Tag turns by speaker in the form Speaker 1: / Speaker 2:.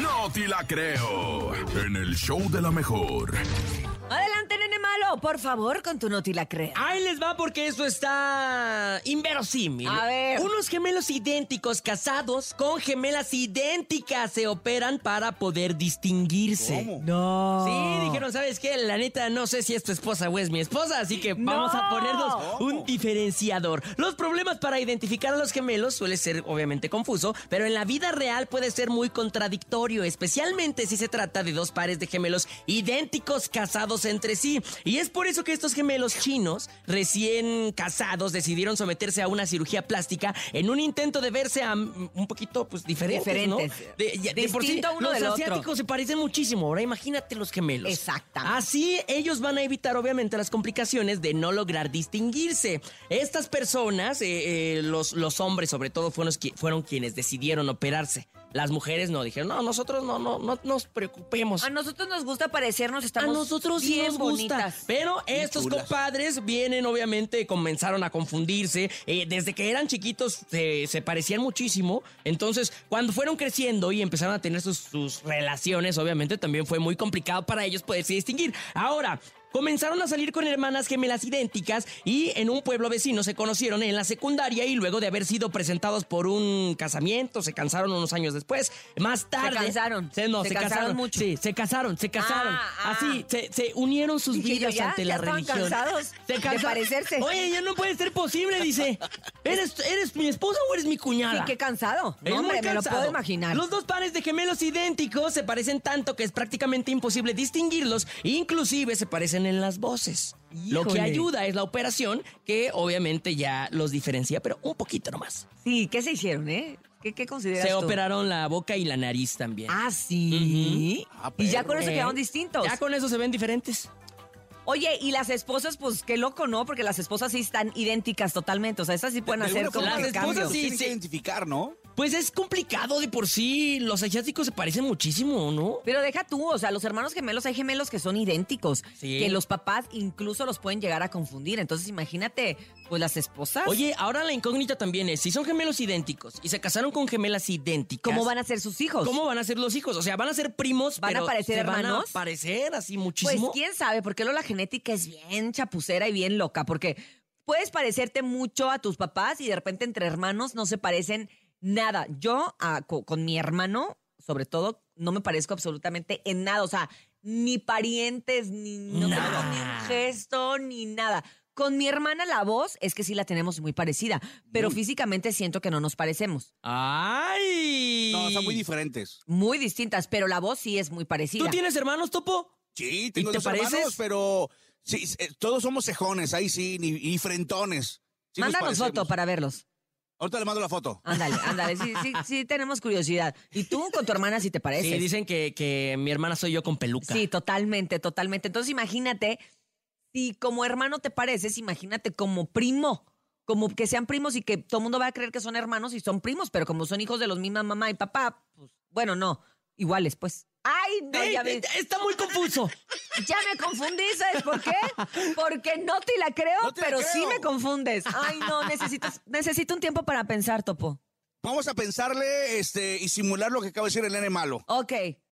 Speaker 1: No te la creo. En el show de la mejor.
Speaker 2: Adelante, nene malo, por favor, con tu noti la crea.
Speaker 3: Ahí les va porque eso está inverosímil.
Speaker 2: A ver.
Speaker 3: Unos gemelos idénticos casados con gemelas idénticas se operan para poder distinguirse.
Speaker 2: No.
Speaker 3: Sí, dijeron, ¿sabes qué? La neta, no sé si es tu esposa o es mi esposa, así que vamos a ponernos un diferenciador. Los problemas para identificar a los gemelos suele ser obviamente confuso, pero en la vida real puede ser muy contradictorio, especialmente si se trata de dos pares de gemelos idénticos casados entre sí. Y es por eso que estos gemelos chinos, recién casados, decidieron someterse a una cirugía plástica en un intento de verse a, mm, un poquito pues diferentes,
Speaker 2: Diferentes.
Speaker 3: ¿no? De, ya- de por sí,
Speaker 2: Distinto uno
Speaker 3: los
Speaker 2: del otro.
Speaker 3: asiáticos se parecen muchísimo. Ahora imagínate los gemelos.
Speaker 2: Exactamente.
Speaker 3: Así ellos van a evitar obviamente las complicaciones de no lograr distinguirse. Estas personas, eh, eh, los, los hombres sobre todo, fueron, los qui- fueron quienes decidieron operarse. Las mujeres no, dijeron, no, nosotros no, no, no nos preocupemos.
Speaker 2: A nosotros nos gusta parecernos, estamos
Speaker 3: Ah, A nosotros sí
Speaker 2: bien
Speaker 3: nos gusta.
Speaker 2: bonitas.
Speaker 3: Pero estos compadres vienen, obviamente, comenzaron a confundirse. Eh, desde que eran chiquitos se, se parecían muchísimo. Entonces, cuando fueron creciendo y empezaron a tener sus, sus relaciones, obviamente también fue muy complicado para ellos poderse distinguir. Ahora. Comenzaron a salir con hermanas gemelas idénticas y en un pueblo vecino se conocieron en la secundaria y luego de haber sido presentados por un casamiento, se cansaron unos años después. Más tarde.
Speaker 2: cansaron.
Speaker 3: Se, no,
Speaker 2: Se
Speaker 3: se,
Speaker 2: cansaron
Speaker 3: casaron,
Speaker 2: mucho.
Speaker 3: Sí, se casaron, se casaron.
Speaker 2: Ah, ah.
Speaker 3: Así, se, se unieron sus
Speaker 2: Dije yo,
Speaker 3: vidas
Speaker 2: ya,
Speaker 3: ante
Speaker 2: ya
Speaker 3: la
Speaker 2: estaban
Speaker 3: religión.
Speaker 2: cansados
Speaker 3: Se
Speaker 2: de
Speaker 3: cansaron.
Speaker 2: parecerse.
Speaker 3: Oye, ya no puede ser posible, dice. ¿Eres, eres mi esposa o eres mi cuñada?
Speaker 2: Sí, qué cansado. No,
Speaker 3: Es muy
Speaker 2: hombre, me lo
Speaker 3: cansado.
Speaker 2: puedo imaginar.
Speaker 3: Los dos pares de gemelos idénticos se parecen tanto que es prácticamente imposible distinguirlos, inclusive se parecen en las voces. Lo que
Speaker 2: Híjole.
Speaker 3: ayuda es la operación que obviamente ya los diferencia, pero un poquito nomás.
Speaker 2: Sí, ¿qué se hicieron, eh? ¿Qué, qué consideras
Speaker 3: Se
Speaker 2: tú?
Speaker 3: operaron la boca y la nariz también.
Speaker 2: Ah, sí. y ya con eso
Speaker 3: Eh,
Speaker 2: quedaron distintos.
Speaker 3: Ya con eso se ven diferentes.
Speaker 2: Oye, y las esposas, pues qué loco, ¿no? Porque las esposas sí están idénticas totalmente. O sea, estas sí pueden
Speaker 4: De
Speaker 2: hacer
Speaker 4: alguna
Speaker 2: como
Speaker 4: forma
Speaker 3: las
Speaker 2: el
Speaker 4: los
Speaker 3: esposas
Speaker 2: cambio.
Speaker 4: tienen
Speaker 3: sí,
Speaker 4: que
Speaker 3: sí.
Speaker 4: identificar, ¿no?
Speaker 3: Pues es complicado de por sí. Los asiáticos se parecen muchísimo, ¿no?
Speaker 2: Pero deja tú, o sea, los hermanos gemelos, hay gemelos que son idénticos,
Speaker 3: Sí.
Speaker 2: que los papás incluso los pueden llegar a confundir. Entonces, imagínate, pues las esposas,
Speaker 3: Oye, ahora la incógnita también es, si son gemelos idénticos y se casaron con gemelas idénticas,
Speaker 2: ¿cómo van a ser sus hijos?
Speaker 3: ¿cómo van a ser los hijos? O sea, van a ser primos,
Speaker 2: ¿Van a
Speaker 3: pero
Speaker 2: parecer
Speaker 3: se van
Speaker 2: hermanos?
Speaker 3: a parecer así
Speaker 2: Pues
Speaker 3: muchísimo.
Speaker 2: quién sabe, porque luego la genética es bien chapucera y bien loca, porque puedes parecerte mucho a tus papás y de repente entre hermanos no se parecen nada. Yo ah, co- con mi hermano, sobre todo, no me parezco absolutamente en nada, o sea, ni parientes, ni, no
Speaker 3: Nada.
Speaker 2: tenemos ni un gesto, ni nada. Con mi hermana la voz es que sí la tenemos muy parecida, pero físicamente siento que no nos parecemos.
Speaker 3: ¡Ay!
Speaker 4: No, son muy diferentes.
Speaker 2: Muy distintas, pero la voz sí es muy parecida.
Speaker 3: ¿Tú tienes hermanos, Topo?
Speaker 4: Sí, tengo
Speaker 3: te
Speaker 4: dos
Speaker 3: pareces?
Speaker 4: hermanos, pero sí, eh, todos somos cejones, ahí sí, ni- y frentones. Sí nos
Speaker 2: Mándanos foto
Speaker 4: parecemos.
Speaker 2: para verlos.
Speaker 4: Ahorita le mando la foto.
Speaker 2: Ándale, ándale, sí, sí, sí tenemos curiosidad. ¿Y tú con tu hermana si te
Speaker 3: Sí,
Speaker 2: pareces?
Speaker 3: dicen que, que mi hermana soy yo con peluca.
Speaker 2: Sí, totalmente, totalmente. Entonces imagínate, si como hermano te pareces, imagínate como primo, como que sean primos y que todo el mundo va a creer que son hermanos y son primos, pero como son hijos de los misma mamá y papá, pues bueno, no, iguales pues. Ay, no,
Speaker 3: Ey,
Speaker 2: ya me,
Speaker 3: Está muy confuso.
Speaker 2: ya me confundí, ¿sabes por qué? Porque no te la creo,
Speaker 4: No te la
Speaker 2: pero sí
Speaker 4: creo.
Speaker 2: me confundes. Ay, no, necesitas, necesito un tiempo para pensar, Topo.
Speaker 4: Vamos a pensarle este, y simular lo que acaba de decir el nene malo.
Speaker 2: Ok,